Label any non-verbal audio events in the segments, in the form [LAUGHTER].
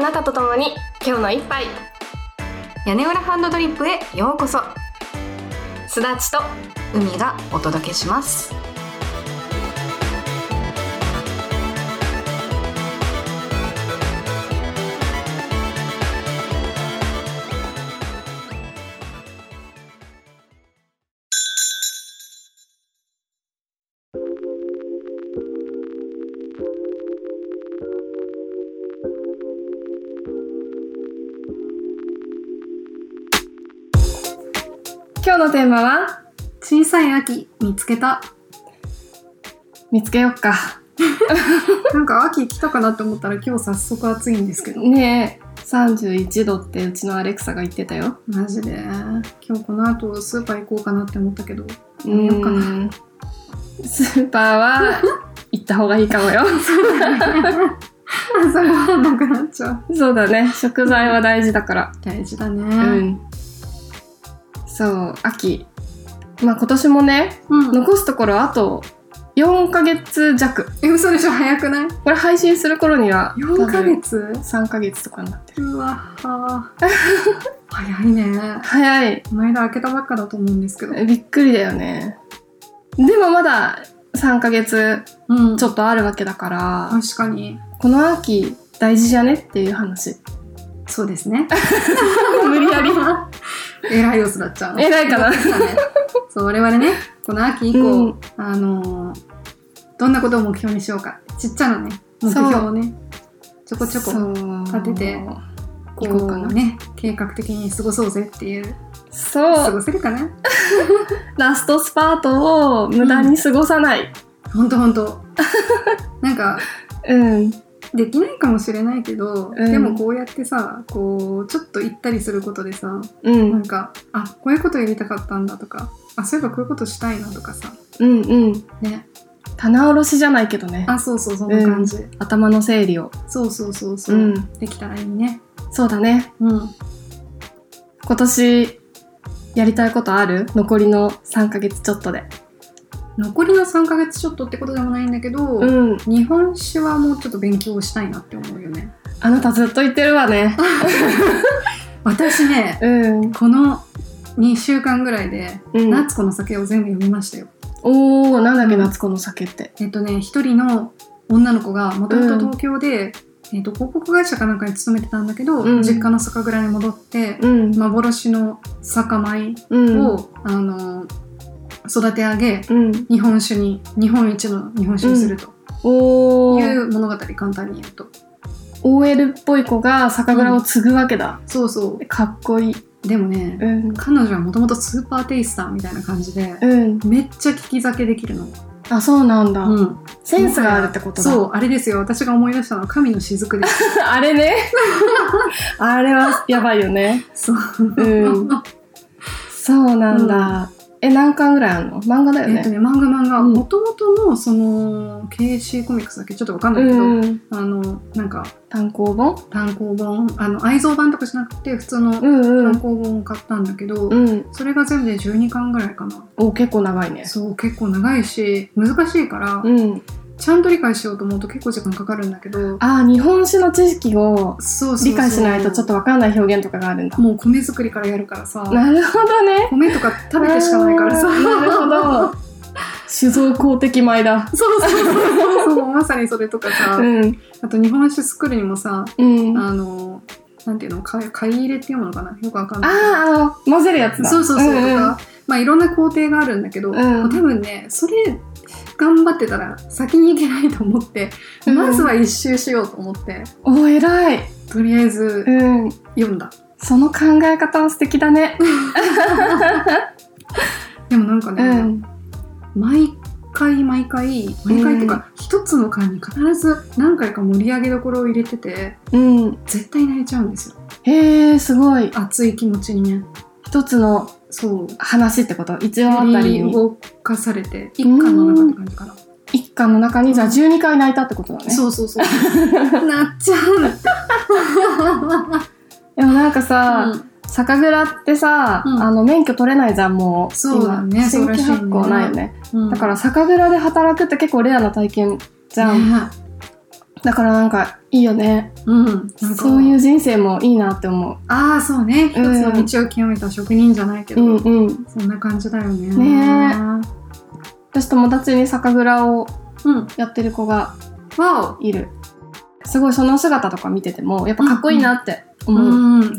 なたと共に今日の一杯屋根裏ハンドドリップへようこそすだちと海がお届けします今日のテーマは小さい秋見つけた見つけよっかなんか秋来たかなって思ったら今日早速暑いんですけどねえ31度ってうちのアレクサが言ってたよマジで今日この後スーパー行こうかなって思ったけど [LAUGHS] やめようかなスーパー [LAUGHS] は行った方がいいかもよ朝ごはんなくなっちゃうそうだね食材は大事だから大事だうねんそう秋まあ今年もねうん、残すところあと4ヶ月弱え嘘でしょ早くないこれ配信する頃には4ヶ月3ヶ月とかになってるうわは早いね早いこの間開けたばっかだと思うんですけど、びっくりだよねでもまだ3ヶ月うんちょっとあるわけだから、確かにこの秋大事じゃねっていう話そうですね [LAUGHS] 無理や [LAUGHS] りえらい様子だっちゃう偉いかなねそう我々ねこの秋以降、うんあのーどんなことを目標にしようかちっちゃなね目標をねちょこちょこそう立ててここうかうなね計画的に過ごそうぜっていう過そうごせるかなラストスパートを無駄に過ごさないほんとほんと [LAUGHS] なんかうんできないかもしれないけど、うんでもこうやってさこうちょっと行ったりすることでさうなんんかあこういうことやりたかったんだとかあそういえばこういうことしたいなとかさうんうんね棚卸しじゃないけどねあそうそうそんな感じ、頭の整理をそうそうそうそう、うんできたらいいねそうだねうん今年やりたいことある残りの3ヶ月ちょっとで残りの3ヶ月ちょっとってことでもないんだけど、うん日本酒はもうちょっと勉強したいなって思うよ [LAUGHS] ねあなたずっと言ってるわね私ねうんこの2週間ぐらいでうん夏子の酒を全部読みましたよおおなんだっけ夏子の酒ってえっとね一人の女の子がもともと東京で、えっと、広告会社かなんかに勤めてたんだけど、うん実家の酒蔵に戻って、うん幻の酒米うんを、あの育て上げうん日本酒に日本一の日本酒にするとおおいう物語、簡単に言うと OL っぽい子が酒蔵を継ぐわけだ、そうそかっこいいうでもね、うん彼女はもともとスーパーテイスターみたいな感じで、うんめっちゃ聞き酒できるの、あそうなんだ、うん、センスがあるってことだそううあれですよ私が思い出したのは神の雫です [LAUGHS] あれねあれはやばいよねそううんそうなんだ、え何巻ぐらいあるの漫画だよえっとね、ね、漫画漫画、うんもともとの、その、KC コミックスだっけちょっとわかんないけど、うんあの、なんか、単行本単行本、あの、愛蔵版とかじゃなくて、普通のうん単うん行本を買ったんだけど、うんそれが全部で12巻ぐらいかな。お結構長いねそう、結構長いし、難しいから、うんちゃんと理解しようと思うと結構時間かかるんだけど、あー日本史の知識をそうそうそう理解しないとちょっとわかんない表現とかがあるんだもう米作りからやるからさ、なるほどね米とか食べてしかないからさ。あーなるほ [LAUGHS] ど酒造公的米だそうそうそう [LAUGHS] そう、まさにそれとかさ、うんあと日本酒作るにもさ、うんああの、なんていうの、か買い入れっていうものかなよくわかんない。あー混ぜるやつだそうそうそう。とんんか、まあいろんな工程があるんだけど、ん多分ね、それ頑張ってたら先に行けないと思って、うんまずは一周しようと思って、お偉いとりあえずうん読んだ。その考え方は素敵だねでもなんかうね、ん毎回毎回、毎回っていうか、一つの回に必ず何回か盛り上げどころを入れてて、うん絶対泣いちゃうんですよ。へえすごい熱い気持ちにね。一つのそう。話ってこと一話あた振りりに動かされて、一巻の中って感じかな。一巻の中にじゃあ12回泣いたってことだねそう [LAUGHS] そうそう。なっちゃうって。でもなんかさ、うん酒蔵ってさ、うんあの免許取れないじゃんもうそうだね今そ新うらし規いね発行ないよねうんだから酒蔵で働くって結構レアな体験じゃん、ねだからなんかいいよねうん、なんかそういう人生もいいなって思ああそうね一つの道を極めた職人じゃないけうど、うんうんそんな感じだよねね私友達に酒蔵をうんやってる子がわいるすごいその姿とか見ててもやっぱかっこいいなってお思うう、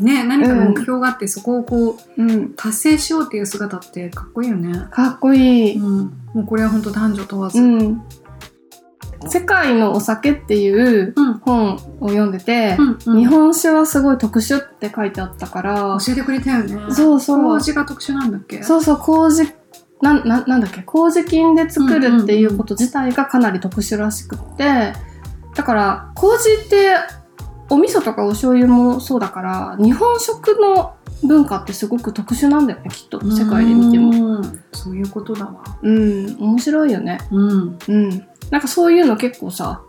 ん、ね何か目標があってそこをこううん達成しようっていう姿ってかっこいいよねかっこいい、うんもうこれは本当男女問わずうん、世界のお酒っていううん本を読んでて、うんうん日本酒はすごい特殊って書いてあったから、教えてくれたよねうそうそう麹が特殊なんだっけそうそう麹なんなんなんだっけ麹菌で作るっていうこと自体がかなり特殊らしくって、だから麹ってお味噌とかお醤油もそうだから日本食の文化ってすごく特殊なんだよねきっと世界で見ても。もそういうことだわうん面白いよね。うんうん、なんかそういうの結構さ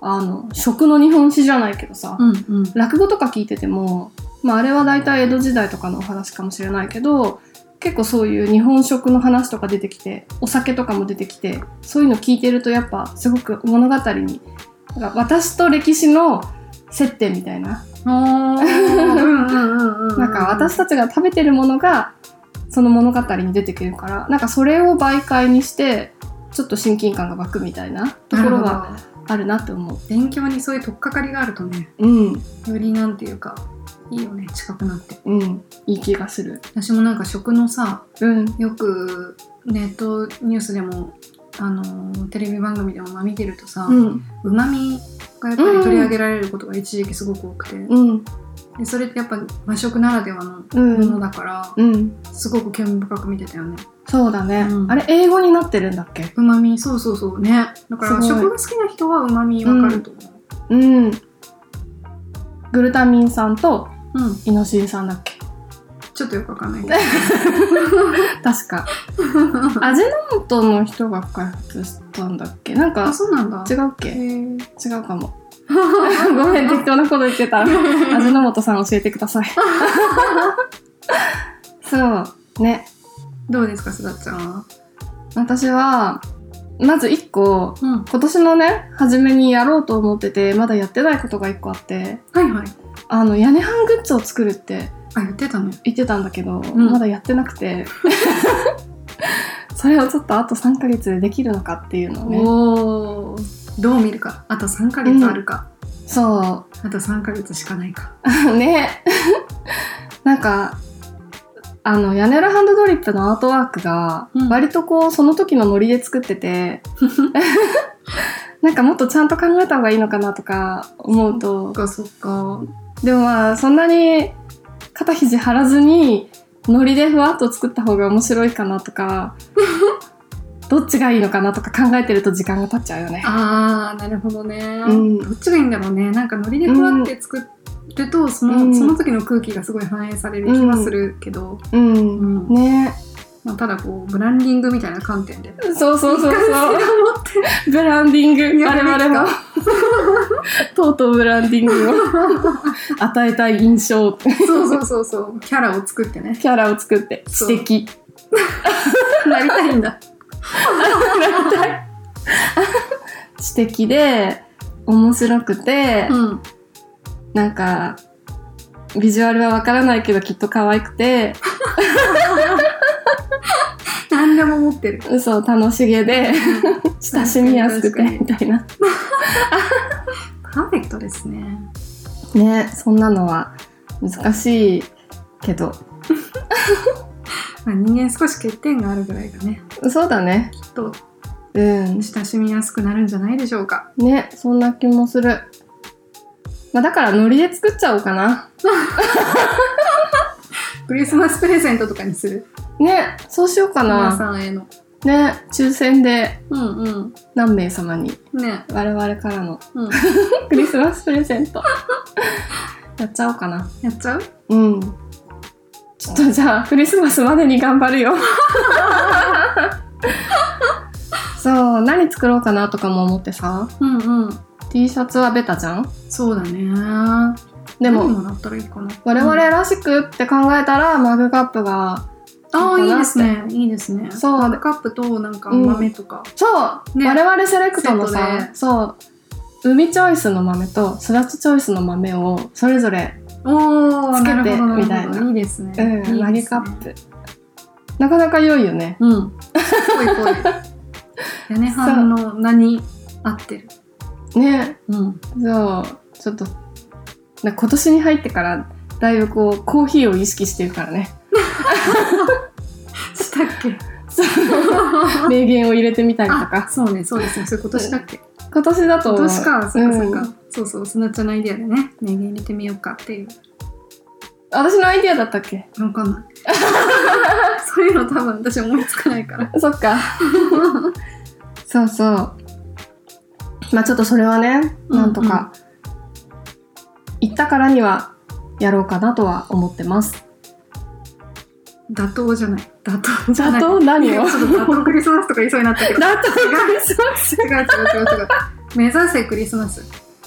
あの食の日本史じゃないけどさ、うんうん落語とか聞いてても、まあ、あれは大体江戸時代とかのお話かもしれないけど結構そういう日本食の話とか出てきてお酒とかも出てきてそういうの聞いてるとやっぱすごく物語になんか私と歴史の接点みたいなおーうんうんうんうんなんか私たちが食べてるものがその物語に出てくるからなんかそれを媒介にしてちょっと親近感が湧くみたいなとこなるろがほどあるなって思う。勉強にそういう取っかかりがあるとねうん、よりなんていうかいいよね近くなってうん、いい気がする。私もなんか食のさうん、よくネットニュースでもあのテレビ番組でもまあ見てるとさうん、うま、みがやっぱり取り上げられることが一時期すごく多くて、うん、でそれってやっぱ和食ならではのうんものだから、うん、すごく興味深く見てたよねそうだね。うんあれ英語になってるんだっけ？うまみそうそうそうねだからすごい食が好きな人はうまみわかると思ううん。グルタミン酸とうん、イノシン酸だっけ？ちょっとよくわかんないけ [LAUGHS] ど確 [LAUGHS] か。味の素の人が開発したんだっけ？なんかあそうなんだ違うっへけ？ー違うかも。 [LAUGHS] ごめん適当なこと言って [LAUGHS] た。味の素さん教えてください。 [LAUGHS] そうね。どうですかすだちゃんは私はまず一個うんは今年のね初めにやろうと思っててまだやってないことが1個あっていはいあの屋根版グッズを作るってあ言ってたね言ってたんだけど、んまだやってなくて [LAUGHS] それをちょっとあと3ヶ月でできるのかっていうのをねおおどう見るかあと3ヶ月あるか、そあと3ヶ月しかないかう [LAUGHS] ねなんかあの屋根裏ハンドドリップのアートワークがうん割とこうその時のノリで作ってて [LAUGHS] なんかもっとちゃんと考えた方がいいのかなとか思うとそっかそっかでもまあそんなに肩肘張らずにノリでふわっと作った方が面白いかな [LAUGHS] とかどっちがいいのかなとか考えてると時間が経っちゃうよね。あーなるほどね、んどっちがいいんだろうねなんかノリでふわって作ると、そのうんその時の空気がすごい反映される気はするけど、うんうんねまあ、ただこうブランディングみたいな観点でそうそうそうそ思ってうブランディングや我るべきか々もとうとうブランディング [LAUGHS] を与えたい印そう象そうそう [LAUGHS] そうキャラを作ってねキャラを作って知的なりたいんだ知的で面白くて、うんなんかビジュアルはわからないけどきっと可愛くて何でも持ってる嘘楽しげで親しみやすくて確かにみたいなパーフェクトですねねそんなのは難しいけどまあ、人間少し欠点があるぐらいがねそうだねきっとうん親しみやすくなるんじゃないでしょうかねそんな気もするまあだからノリで作っちゃおうかなクリスマスプレゼントとかにするねそうしようか皆なさんへのね抽選でうんうん何名様にね我々からの [LAUGHS] うんクリスマスプレゼン [LAUGHS] トやっちゃおうかなやっちゃううんちょっとじゃあクリスマスまでに頑張るよ [LAUGHS] そう何作ろうかなとかも思ってさうんうん T シャツはベタじゃんそうだねでも、何もらったらいいかな我々うんらしくって考えたら、マグカップがああいいですねいいですねそうマグカップとなんかうん豆とか、そう、ね我々セレクトのさセットでそう海チョイスの豆とすだちチョイスの豆をそれぞれ、おーつけてなるほどなるほどみたいないいですね。ういいですん、ねマリカップなかなか良いよねうん。ぽい [LAUGHS] ぽい。屋根半の名に合ってる。ねうん。そうちょっとな今年に入ってからだいぶこうコーヒーを意識してるからねしたっけ名言を入れてみたりとあか、そうね、そうですね。そういうことしたっけ今年だと今年か、そっかそっうか。そうそう、すなちゃんのアイディアでね、名言入れてみようかっていう。私のアイディアだったっけわかんない。 [LAUGHS] そういうの多分私思いつかないから。そっかそうそうまあちょっとそれはねうんなんとか、行ったからにはやろうかなとは思ってます妥当じゃない。妥当じゃない。妥当何をいやちょっと妥当クリスマスとか言いそうになったけど。だとクリスマス違う違う違う違う。目指せクリスマス。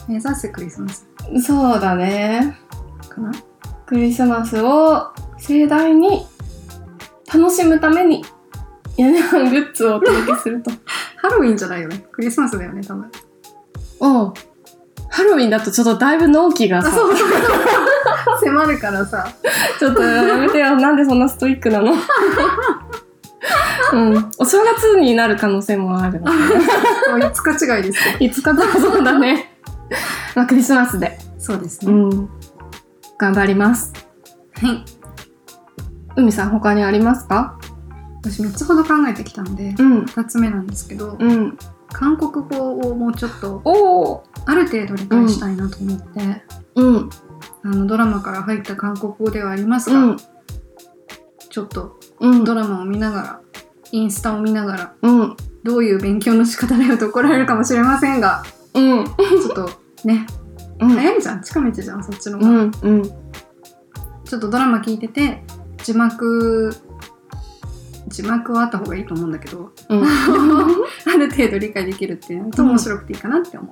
目指せクリスマスそうだねかな。クリスマスを盛大に楽しむために屋根ングッズをお届けするとハロウィンじゃないよね。クリスマスだよね、多分。 [LAUGHS] おうハロウィンだとちょっとだいぶ納期がさうそうそう。 [LAUGHS] 迫るからさ。 [LAUGHS] ちょっとやめてよ。なんでそんなストイックな [LAUGHS] のうん。お正月になる可能性もあるの。 5日違いですけど。いつかともそうだね。 [LAUGHS] まあ、クリスマスで。そうですうね。ん。頑張ります。はい。海さん、他にありますか私3つほど考えてきたんで、うん。 2つ目なんですけど、うん。韓国語をもうちょっと、おお。ある程度理解したいなと思って、うん。あの、ドラマから入った韓国語ではありますうが、ん。ちょっとうん。ドラマを見ながら、インスタを見ながら、うん。どういう勉強の仕方だよと怒られるかもしれません [LAUGHS] が、うん。ちょっとね、うん。早いじゃん。近道じゃん、そっちの方うが。ん。うん。ちょっとドラマ聞いてて字幕字幕はあった方がいいと思うんだけ [LAUGHS] どある程度理解できるっていうのとうん面白くていいかなって思う、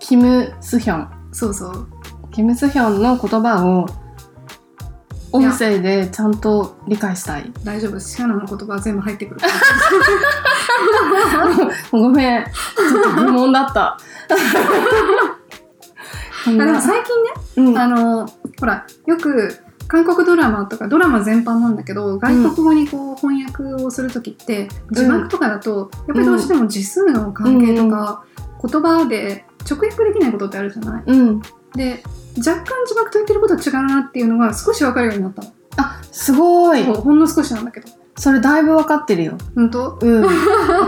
キム・スヒョン。そうそうキム・スヒョンの言葉を音声でちゃんと理解したい。 [LAUGHS] 大丈夫シアナの言葉は全部入ってくるからごめん。ちょっと疑問だった。 [LAUGHS] こん [LAUGHS] あでもな最近ねうんあのほらよく韓国ドラマとかドラマ全般なんだけど外国語にこう翻訳をする時って、字幕とかだとやっぱりどうしても字数の関係とか、言葉で直訳できないことってあるじゃないうん。で若干字幕と言ってることは違うなっていうのが少し分かるようになったの、あ、すごい。そうほんの少しなんだけどそれだいぶ分かってるよ。本当うん。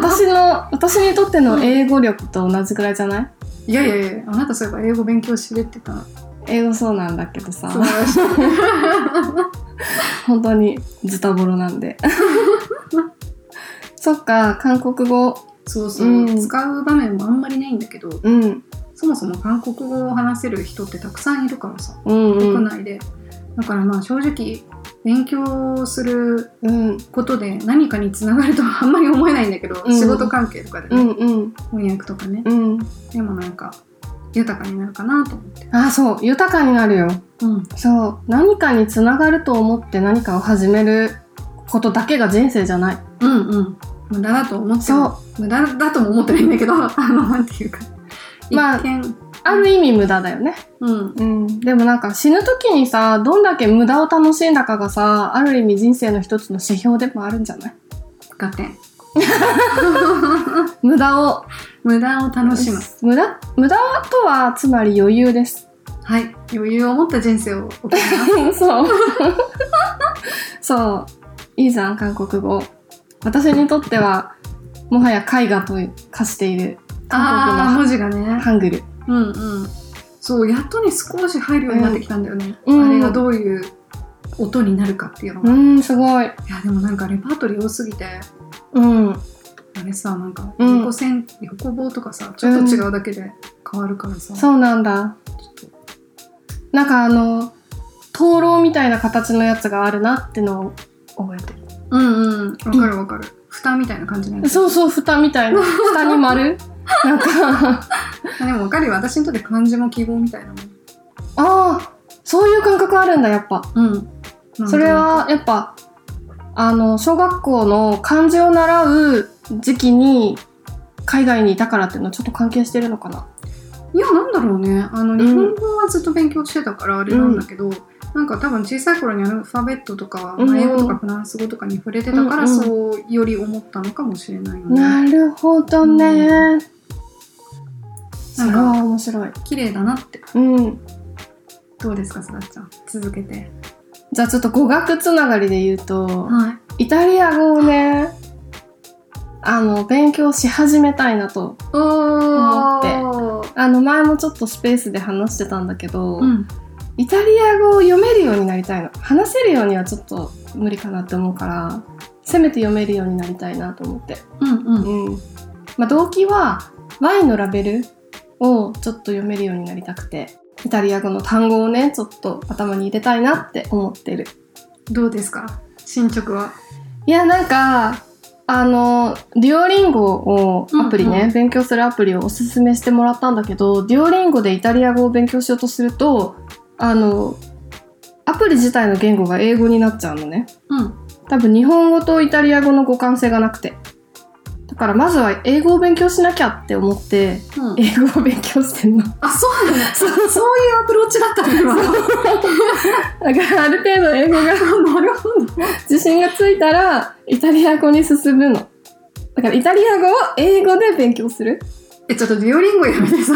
私の、私にとっての英語力と同じくらいじゃないいやいやいやあなたそういえば英語勉強しれってたら英語そうなんだけど素晴さ、らしい [LAUGHS] 本当にズタボロなんで。 [LAUGHS] そっか、韓国語。そうそう、うん使う場面もあんまりないんだけどうん。そもそも韓国語を話せる人ってたくさんいるからさうん、う国ん。内で、だからまあ正直勉強するうん。ことで何かにつながるとはあんまり思えないんだけど、うん仕事関係とかでうね、ん。うん。翻訳とかねうん。でもなんか豊かになるかなと思って、あ、そう。豊かになるよ。うん、そう何かにつながると思って何かを始めることだけが人生じゃないうんうん。無駄だと思ってそうも、無駄だとも思ってないんだけど、 [LAUGHS] あの、なんていうか。まあ一見、ある意味無駄だよね、うん。うん、でもなんか死ぬ時にさどんだけ無駄を楽しんだかがさある意味人生の一つの指標でもあるんじゃないガテン。無駄を無駄を楽しむ。無駄無駄とはつまり余裕ですはい。余裕を持った人生を送ります。そうそういいじゃん韓国語私にとってはもはや絵画と化しているああー、韓文字がね。ハングルうんうん。そう、やっとね、少し入るようになってきたんだよね。うんあれがどういう音になるかっていうのうが。いんすごいや、でもなんかレパートリー多すぎて、うんあれさ、なんか、うん横線、横棒とかさ、ちょっと違うだけで変わるからさ。そうなんだ。なんかあの、灯籠みたいな形のやつがあるなってのを覚えてうんうん。わかるわかる。蓋みたいな感じのやる。つ。そうそう、蓋み [LAUGHS] たいな。蓋に丸なんか、あでも分かるよ私にとって漢字も記号みたいなもんああ、そういう感覚あるんだ、やっぱ。うんそれは、やっぱ、あの、小学校の漢字を習う時期に海外にいたからっていうのはちょっと関係してるのかな。いやなんだろうねあの日本語はずっと勉強してたからあれなんだけど、なんか多分小さい頃にアルファベットとか、うん英語とかフランス語とかに触れてたから、うんうんそうより思ったのかもしれないよね。なるほどね、うそれは面白い綺麗だなってうんどうですかさだちゃん続けて。じゃあちょっと語学つながりで言うとはい。イタリア語をねあの勉強し始めたいなとおお。あの前もちょっとスペースで話してたんだけど、うん。イタリア語を読めるようになりたいの話せるようにはちょっと無理かなって思うからせめて読めるようになりたいなと思ってうんうん。うんまあ動機はワインのラベルをちょっと読めるようになりたくてイタリア語の単語をねちょっと頭に入れたいなって思ってるどうですか進捗は。いやなんかあのデュオリンゴをアプリね、うんう勉強するアプリをおすすめしてもらったんだけどデュオリンゴでイタリア語を勉強しようとするとあのアプリ自体の言語が英語になっちゃうのねうん。多分日本語とイタリア語の互換性がなくてだからまずは英語を勉強しなきゃって思ってうん、英語を勉強してんのあそうなん [LAUGHS] だ。そういうアプローチだったの今。だからある程度英語がなるほど。自信がついたらイタリア語に進むのだからイタリア語を英語で勉強するえ、ちょっとデュオリンゴやめ [LAUGHS] てさ。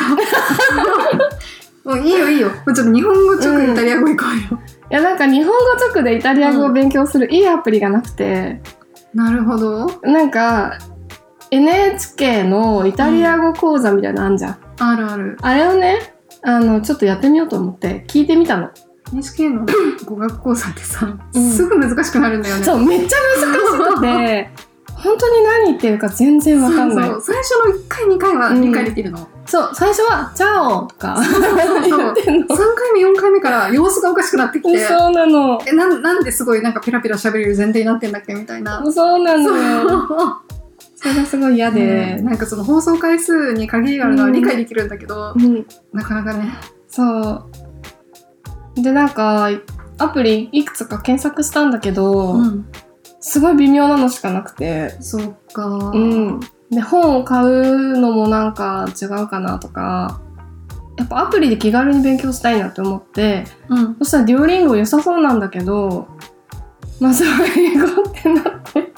もういいよいいよ。もうちょっと日本語直イタリア語行こうよ。いやなんか日本語直でイタリア語を勉強するいいアプリがなくて、なるほど。なんか NHK のイタリア語講座みたいなのあんじゃん、あるある。あれをねあのちょっとやってみようと思って聞いてみたの、 NHK の語学講座ってさ、うんすぐ難しくなるんだよね。そうめっちゃ難しくて [LAUGHS] 本当に何言ってるか全然わかんなそいそううそう最初の1回2回は理解できるの、最初は「チャオ」とか [LAUGHS] 言ってんの3回目4回目から様子がおかしくなってきてそうなのえなんなんですごいなんかペラペラ喋れる前提になってんだっけみたいな。そうなのよそそれがすごい嫌うでで、なんかその放送回数に限りがあるのは理解できるんだけど、うん、なかなかね。そう。で、なんか、アプリいくつか検索したんだけど、うん、すごい微妙なのしかなくて。そうか、うん。で、本を買うのもなんか違うかなとか、やっぱアプリで気軽に勉強したいなって思って、うんそしたらデュオリンゴ良さそうなんだけど、まずは英語って [LAUGHS] なって、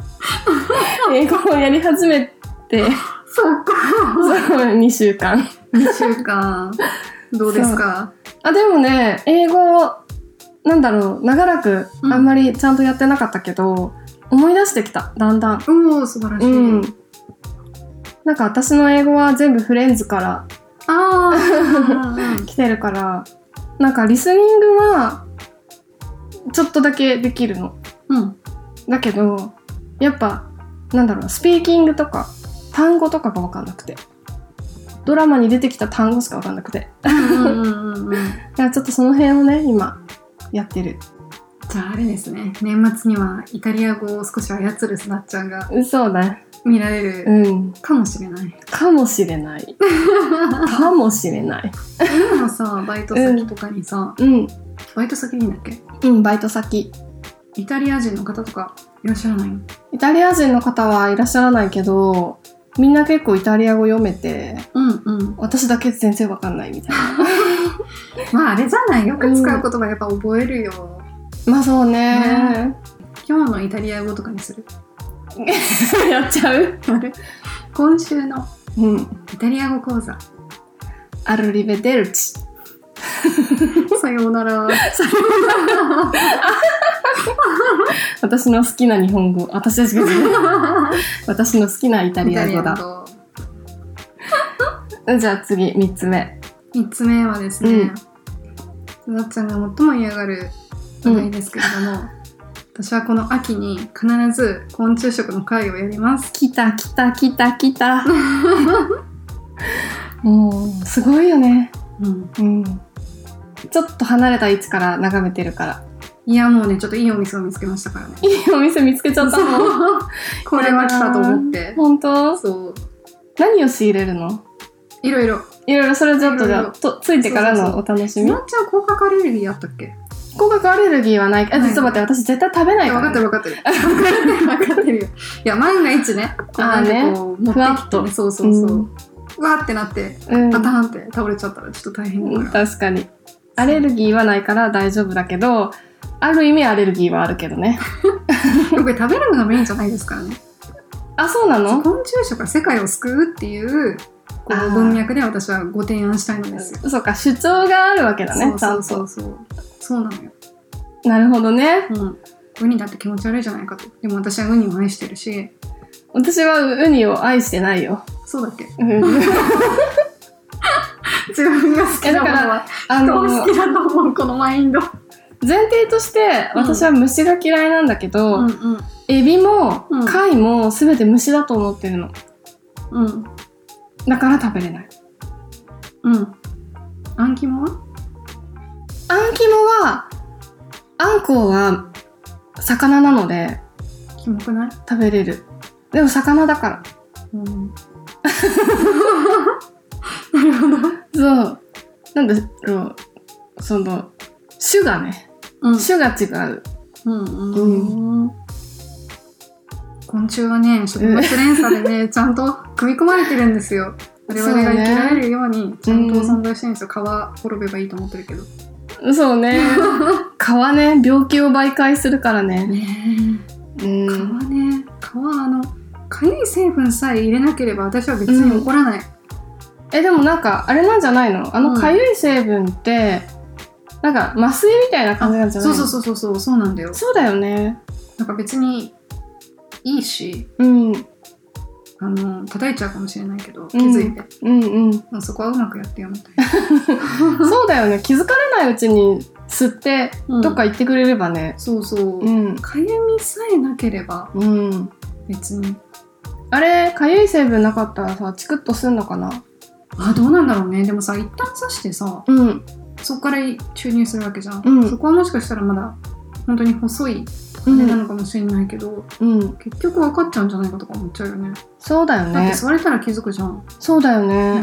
英語をやり始めて、そうか。そう、2週間。 2週間。どうですかあでもね英語なんだろう長らくうんあんまりちゃんとやってなかったけど、思い出してきただんだん。おお素晴らしい。うん、なんか私の英語は全部フレンズからああ、うんうん来てるからなんかリスニングはちょっとだけできるの。うん。だけどやっぱなんだろうスピーキングとか単語とかが分かんなくてドラマに出てきた単語しか分かんなくてうんうんうんうん。だからちょっとその辺をね今やってる。じゃああれですね。年末にはイタリア語を少し操るすなっちゃんがそうだね。見られるうんかもしれない。かもしれ [LAUGHS] ない。かもしれない。今のさ、バイト先とかにさ、うん。バイト先でいいんだっけうん、バイト先。イタリア人の方とかいらっしゃらないのイタリア人の方はいらっしゃらないけど、みんな結構イタリア語読めて、うんうん。私だけ全然わかんないみ [LAUGHS] たいな。まああれじゃないよく使う言葉やっぱ覚えるよ。まあそうねね。今日のイタリア語とかにする。 [LAUGHS] やっちゃう今週のうん。イタリア語講座。アルリベデルチ。 [LAUGHS] さようなら。私の好きな日本語。私たちが [LAUGHS] 私の好きなイタリア語だ。語。じゃあ次、三つ目。 3つ目はですね、なっちゃんが最も嫌がる話題ですけれども、私はこの秋に必ず昆虫食の会をやります。来た来た来た来 [LAUGHS] た。もう、すごいよね。うん、うんちょっと離れた位置から眺めてるから。 [LAUGHS] いやもうね、ちょっといいお店を見つけましたからね。いいお店見つけちゃった [LAUGHS] の。これは来たと思って。本当そう。何を仕入れるのいろいろ。いろいろそれちょっとじいろいゃあろとついてからそうのそお楽しみ。なっちゃん甲殻アレルギーあったっけ合格アレルギーはない。あ、ないちょっと待って、私絶対食べないいやか分からってね。る分 [LAUGHS] かってる。分かってる分かってるよ。いや、万が一ね、こうあーなんねかこう持ってふわきってとね、そうそうそう。うんうわーってなってうんパターンって倒れちゃったらちょっと大変だから、確かにアレルギーはないから大丈夫だけどある意味アレルギーはあるけどねよく食べるのがメインじゃないですからねあそうなの昆虫食が世界を救うっていうこあーう文脈で私はご提案したいのですよそうか主張があるわけだねちゃそんうとそうそうそうそうなのよ、なるほどねうん、ウニだって気持ち悪いじゃないかとでも私はウニを愛してるし私はウニを愛してないよそうだっけうん [LAUGHS] 自分が好きなものはあ人をの好きだと思うこのマインド前提としてうん私は虫が嫌いなんだけど、うんうんエビもうん貝も全て虫だと思ってるのうんだから食べれないうんあん肝はあん肝はあんこうは魚なのでキモくない、食べれるでも魚だからうん、そうなんだろうその種がねうん種が違ううんうんうん昆虫はね植物連鎖で [LAUGHS] ねちゃんと組み込まれてるんですよ我々が生きられるようにちゃんと存在してるんですよ皮滅べばいいと思ってるけどそ [LAUGHS] うね蚊はね病気を媒介するからねねうん皮ね皮はあのかゆい成分さえ入れなければ私は別に怒らない、えでもなんかあれなんじゃないのあのうんかゆい成分って、なんか麻酔みたいな感じなんじゃないそうのそううそうそうそうそうなんだよそうだよねなんか別にいいしうんうんあの叩いちゃうかもしれないけど気づいて、うんもうそこはうまくやってよみたいな、そうだよね気づかれないうちに吸って [LAUGHS] どっか行ってくれればねそうそう、うんかゆみさえなければうん、別にあれかゆい成分なかったらさチクッとすんのかなあどうなんだろうねでもさ一旦刺してさうんそこから注入するわけじゃん、うんそこはもしかしたらまだ本当に細いあうれんなのかもしれないけど、うん結局分かっちゃうんじゃないかとか思っちゃうよねそうだよだってね座れたら気づくじゃん、そうだよねね、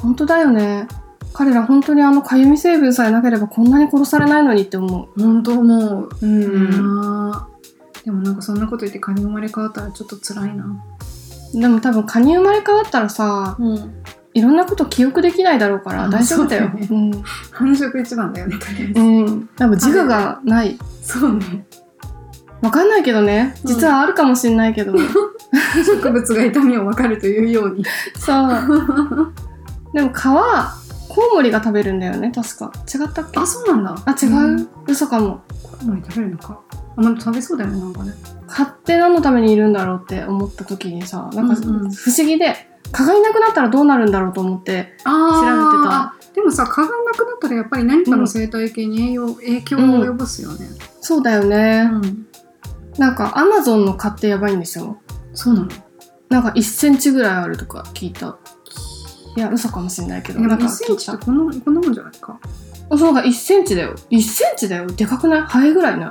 本当だよね彼ら本当にあのかゆみ成分さえなければこんなに殺されないのにって思本当思うううん、なでもなんかそんなこと言ってカニ生まれ変わったらちょっと辛いなでも多分蚊に生まれ変わったらさうんいろんなこと記憶できないだろうからあ大丈夫だよ。そうだよねうん繁殖一番だよねとりあえずうん。多分自我がない。 [LAUGHS] そうねわかんないけどね。うん実はあるかもしれない [LAUGHS] けど。植物が痛みを分かるというようにそう。でも蚊はコウモリが食べるんだよね。確か。違ったっけ？あそうなんだあ違んう。嘘かも。コウモリ食べるのか。あ、まあ、食べそうだよね、なんかね。蚊って何のためにいるんだろうって思った時にさ、なんかうんうん不思議で蚊がいなくなったらどうなるんだろうと思って。あー。でもさ、蚊がなくなったらやっぱり何かの生態系に栄養、影響を及ぼすよね。そうだよね。ん。なんかアマゾンの蚊ってやばいんでしょ？そうなの。なんか1センチぐらいあるとか聞いた。いや嘘かもしれないけでど。もなんか1セ聞ンいチたって。こんな、こんなもんじゃないか。あそうか、1センチだよ。1センチだよ。でかくないハエぐらいない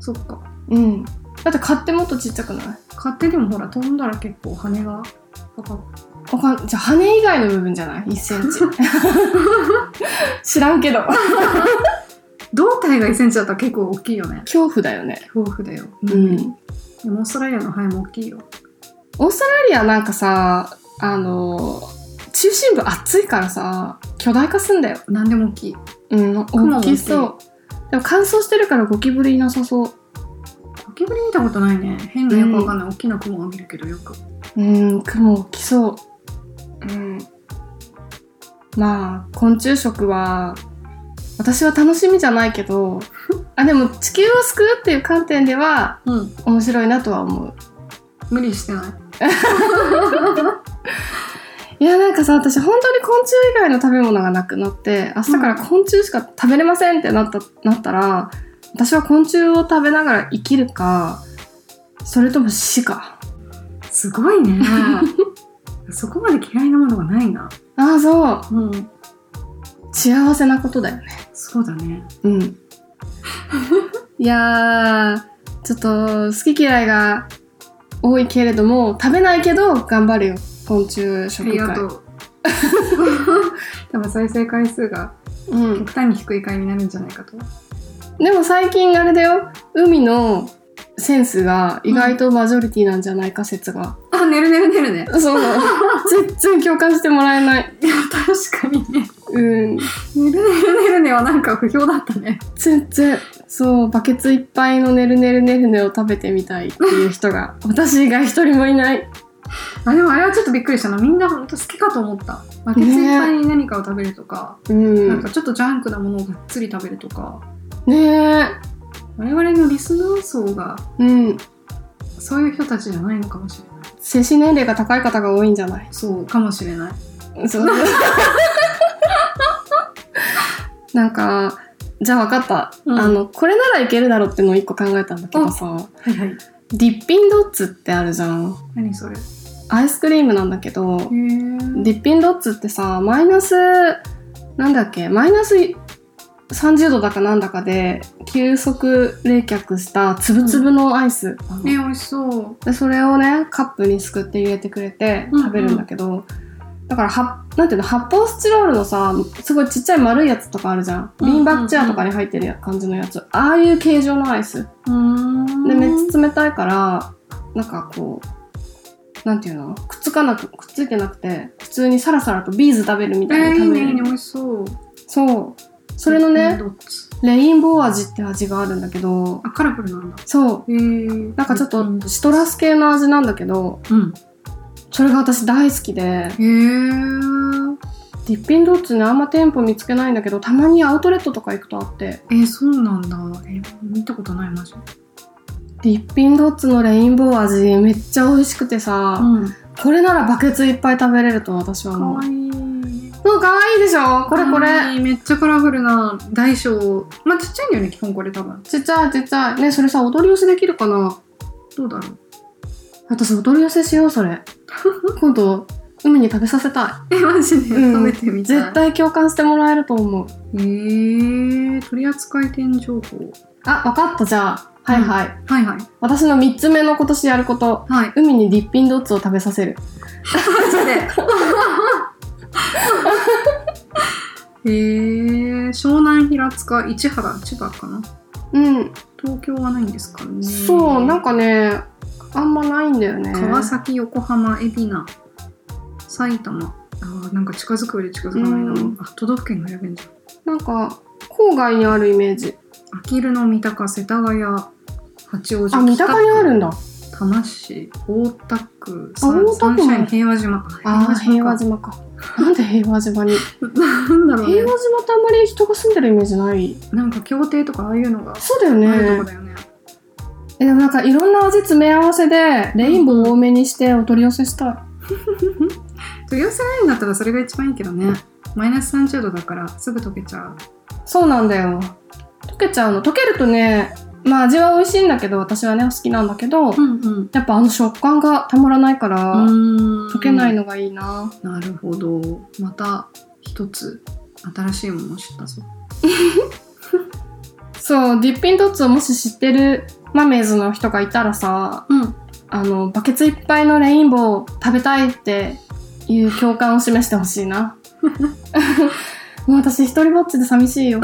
そっか。うん。だって買ってもっとちっちゃくない蚊ってでもほら、飛んだら結構羽が。パカッわかん、じゃあ羽以外の部分じゃない ?1 セ [LAUGHS] ンチ。知らんけど。胴体が1センチだったら結構大きいよね。恐怖だよね。恐怖だよ。うでん。もオーストラリアのハエも大きいよ。オーストラリアなんかさ、あのー中心部暑いからさ、巨大化すんだよ。何でも大きい。うん、も大きそう。でも乾燥してるからゴキブリいなさそう。ゴキブリ見たことないね。変なよくわかんない、大きな雲を見るけどよく。うん、雲来そう。うん。まあ、昆虫食は、私は楽しみじゃないけど、あ、でも地球を救うっていう観点ではうん。面白いなとは思う。無理してない。いや、なんかさ、私本当に昆虫以外の食べ物がなくなって、明日から昆虫しか食べれませんってなった、なったら、私は昆虫を食べながら生きるか、それとも死か。すごい [LAUGHS] ね。そこまで嫌いなものがないな。ああ、そう。うん。幸せなことだよね。そうだね。うん。いやー、ちょっと好き嫌いが多いけれども、食べないけど頑張るよ。昆虫あ食り会。がとう。多分再生回数がうん。極端に低い回になるんじゃないかと。でも最近あれだよ、海のセンスが意外とマジョリティなんじゃないか説が、あ寝る寝る寝るねそう [LAUGHS] 全然共感してもらえないいや確かにねうん寝る寝る寝るねはなんか不評だったね全然そうバケツいっぱいのねるねるねるねを食べてみたいっていう人が私以外一人もいないあでもあれはちょっとびっくりしたなみんな本当好きかと思ったバケツいっぱいに何かを食べるとか、うんなんかちょっとジャンクなものをがっつり食べるとかねえ我々のリスナー層がうんそういう人たちじゃないのかもしれない精神年齢が高い方が多いんじゃないそうかもしれない [LAUGHS] そうなんかじゃあ分かった、うんあのこれならいけるだろうってのを一個考えたんだけどさはいはいディッピンドッツってあるじゃん何それへアイスクリームなんだけど、えディッピンドッツってさマイナスなんだっけマイナス30度だかなんだかで急速冷却したつぶつぶのアイス、美味しそうでそれをねカップにすくって入れてくれてうんうん食べるんだけど、だからはなんていうの発泡スチロールのさすごいちっちゃい丸いやつとかあるじゃんうんうんうん瓶バッチャーとかに入ってるや感じのやつああいう形状のアイスうーんでめっちゃ冷たいからなんかこうなんていうのくっつかなくくっついてなくて普通にサラサラとビーズ食べるみたいえー、ないい食ねべれいいねる、美味しそうそうそれのねどっちレインボー味って味があるんだけどあカラフルなんだそうへえー、なんかちょっうんとシトラス系の味なんだけどそれが私大好きでへえー、ディッピンドッツねあんま店舗見つけないんだけどたまにアウトレットとか行くとあってえー、そうなんだえー見たことないマジディッピンドッツのレインボー味めっちゃ美味しくてさ、うんこれならバケツいっぱい食べれると私はか思うわいいうんかわいいでしょこれこかわれいいめっちゃカラフルな大小まあちっちゃいんだよね基本これ多分ちっちゃいちっちゃいねそれさお取り寄せできるかなどうだろう私お取り寄せしよう [LAUGHS] それ今度海に食べさせたえマジで、うん食べてみいたい絶対共感してもらえると思うえー、取扱店情報あわかったじゃあはいはい、はいはい私の3つ目の今年やることはい海にディッピンドッツを食べさせるマジでえー、湘南平塚市原千葉かなうん東京はないんですかねそう、なんかね、あんまないんだよね。川崎横浜海老名埼玉あーなんか近づくより近づかないな、うんあ都道府県が選べんじゃんなんか、郊外にあるイメージ。あきるの三鷹世田谷八王子あ、三北鷹区にあるんだ。多摩市大田区サ大田ン区サンシャイもン平和島ああ、平和島島か。なんで平和島に。かなんだろうね平和島ってあんまり人が住んでるイメージない。なんか協定とかああいうのがあそうだよるとこね。だよねえ、でもなんかいろんな味詰め合わせで、レインボー多めにしてお取り寄せしたい。取り寄せないんだったらそれが一番いいけどねマイナス30度だからすぐ溶けちゃそうなんだよ。溶けちゃうの。溶けるとね、まあ味は美味しいんだけど、私はね、好きなんだけど、ううんうんやっぱあの食感がたまらないから、ん溶けないのがいいな。なるほどまた一つ新しいものを知ったぞそう、ディッピンドッツをもし知ってるマメーズの人がいたらさ、うんあの、バケツいっぱいのレインボーを食べたいっていう共感を示してほしいな。もう私一人ぼっちで寂しいよ。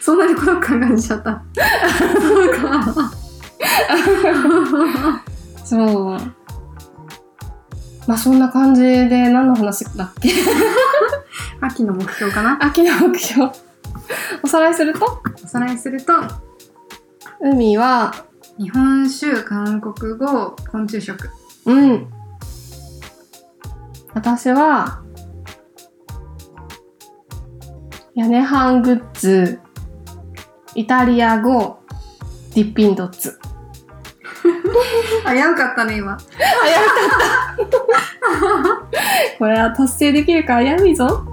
そんなに孤独感感じちゃったそうかそう。まあそんな感じで何の話だっけ秋の目標かな秋の目標。おさらいするとおさらいすると海は、日本酒韓国語昆虫食うん。私は、屋根版グッズ、イタリア語、ディッピンドッツ。危うかったね今これは達成できるか危ういぞ。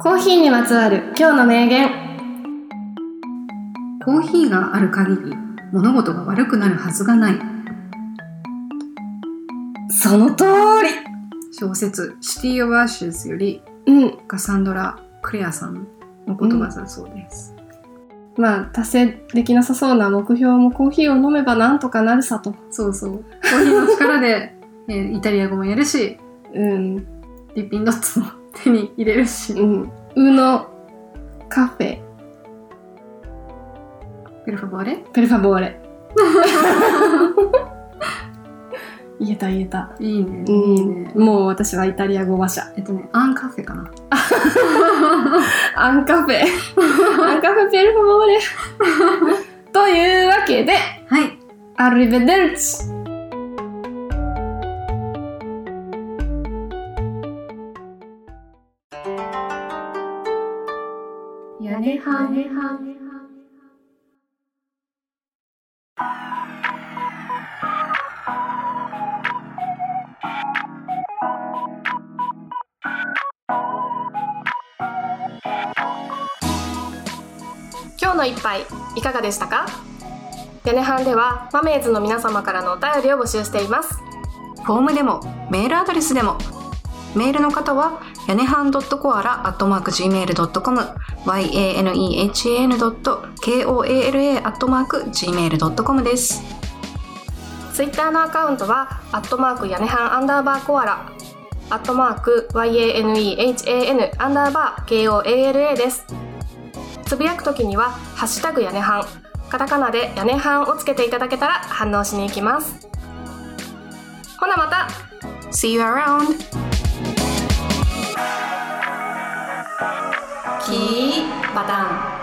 コーヒーにまつわる今日の名言。コーヒーがある限り物事が悪くなるはずがないその通り。小説「シティ・オブ・アッシュズ」よりうん。カサンドラ・クレアさんの言葉だそうです、まあ達成できなさそうな目標もコーヒーを飲めばなんとかなるさと。そうそう。コーヒーの力で、 [LAUGHS] えーイタリア語もやるし、うん。リッピンドッツも手に入れるしう、ん。うのカフェ、ペルファボーレペルファボー [LAUGHS] レ。言えた言えた。いいね、ういいんね。もう私はイタリア語話者。えっとね、アンカフェかな。アンカフ [LAUGHS] ェ。アンカフェペルファボーレ。というわけで、はい。アルリベデルチ。やねはねはね今日の一杯いかがでしたか屋根班ではマメーズの皆様からのお便りを募集していますフォームでもメールアドレスでもメールの方はやねはん .koala.gmail.com yanehan.koala.gmail.com ですツイッターのアカウントはアットマーク屋根班アンダーバーコアラアットマーク YANEHAN アンダーバー KOALA ですつぶやくときにはハッシュタグ屋根班カタカナで屋根班をつけていただけたら反応しに行きますほなまた See you around! キーバタン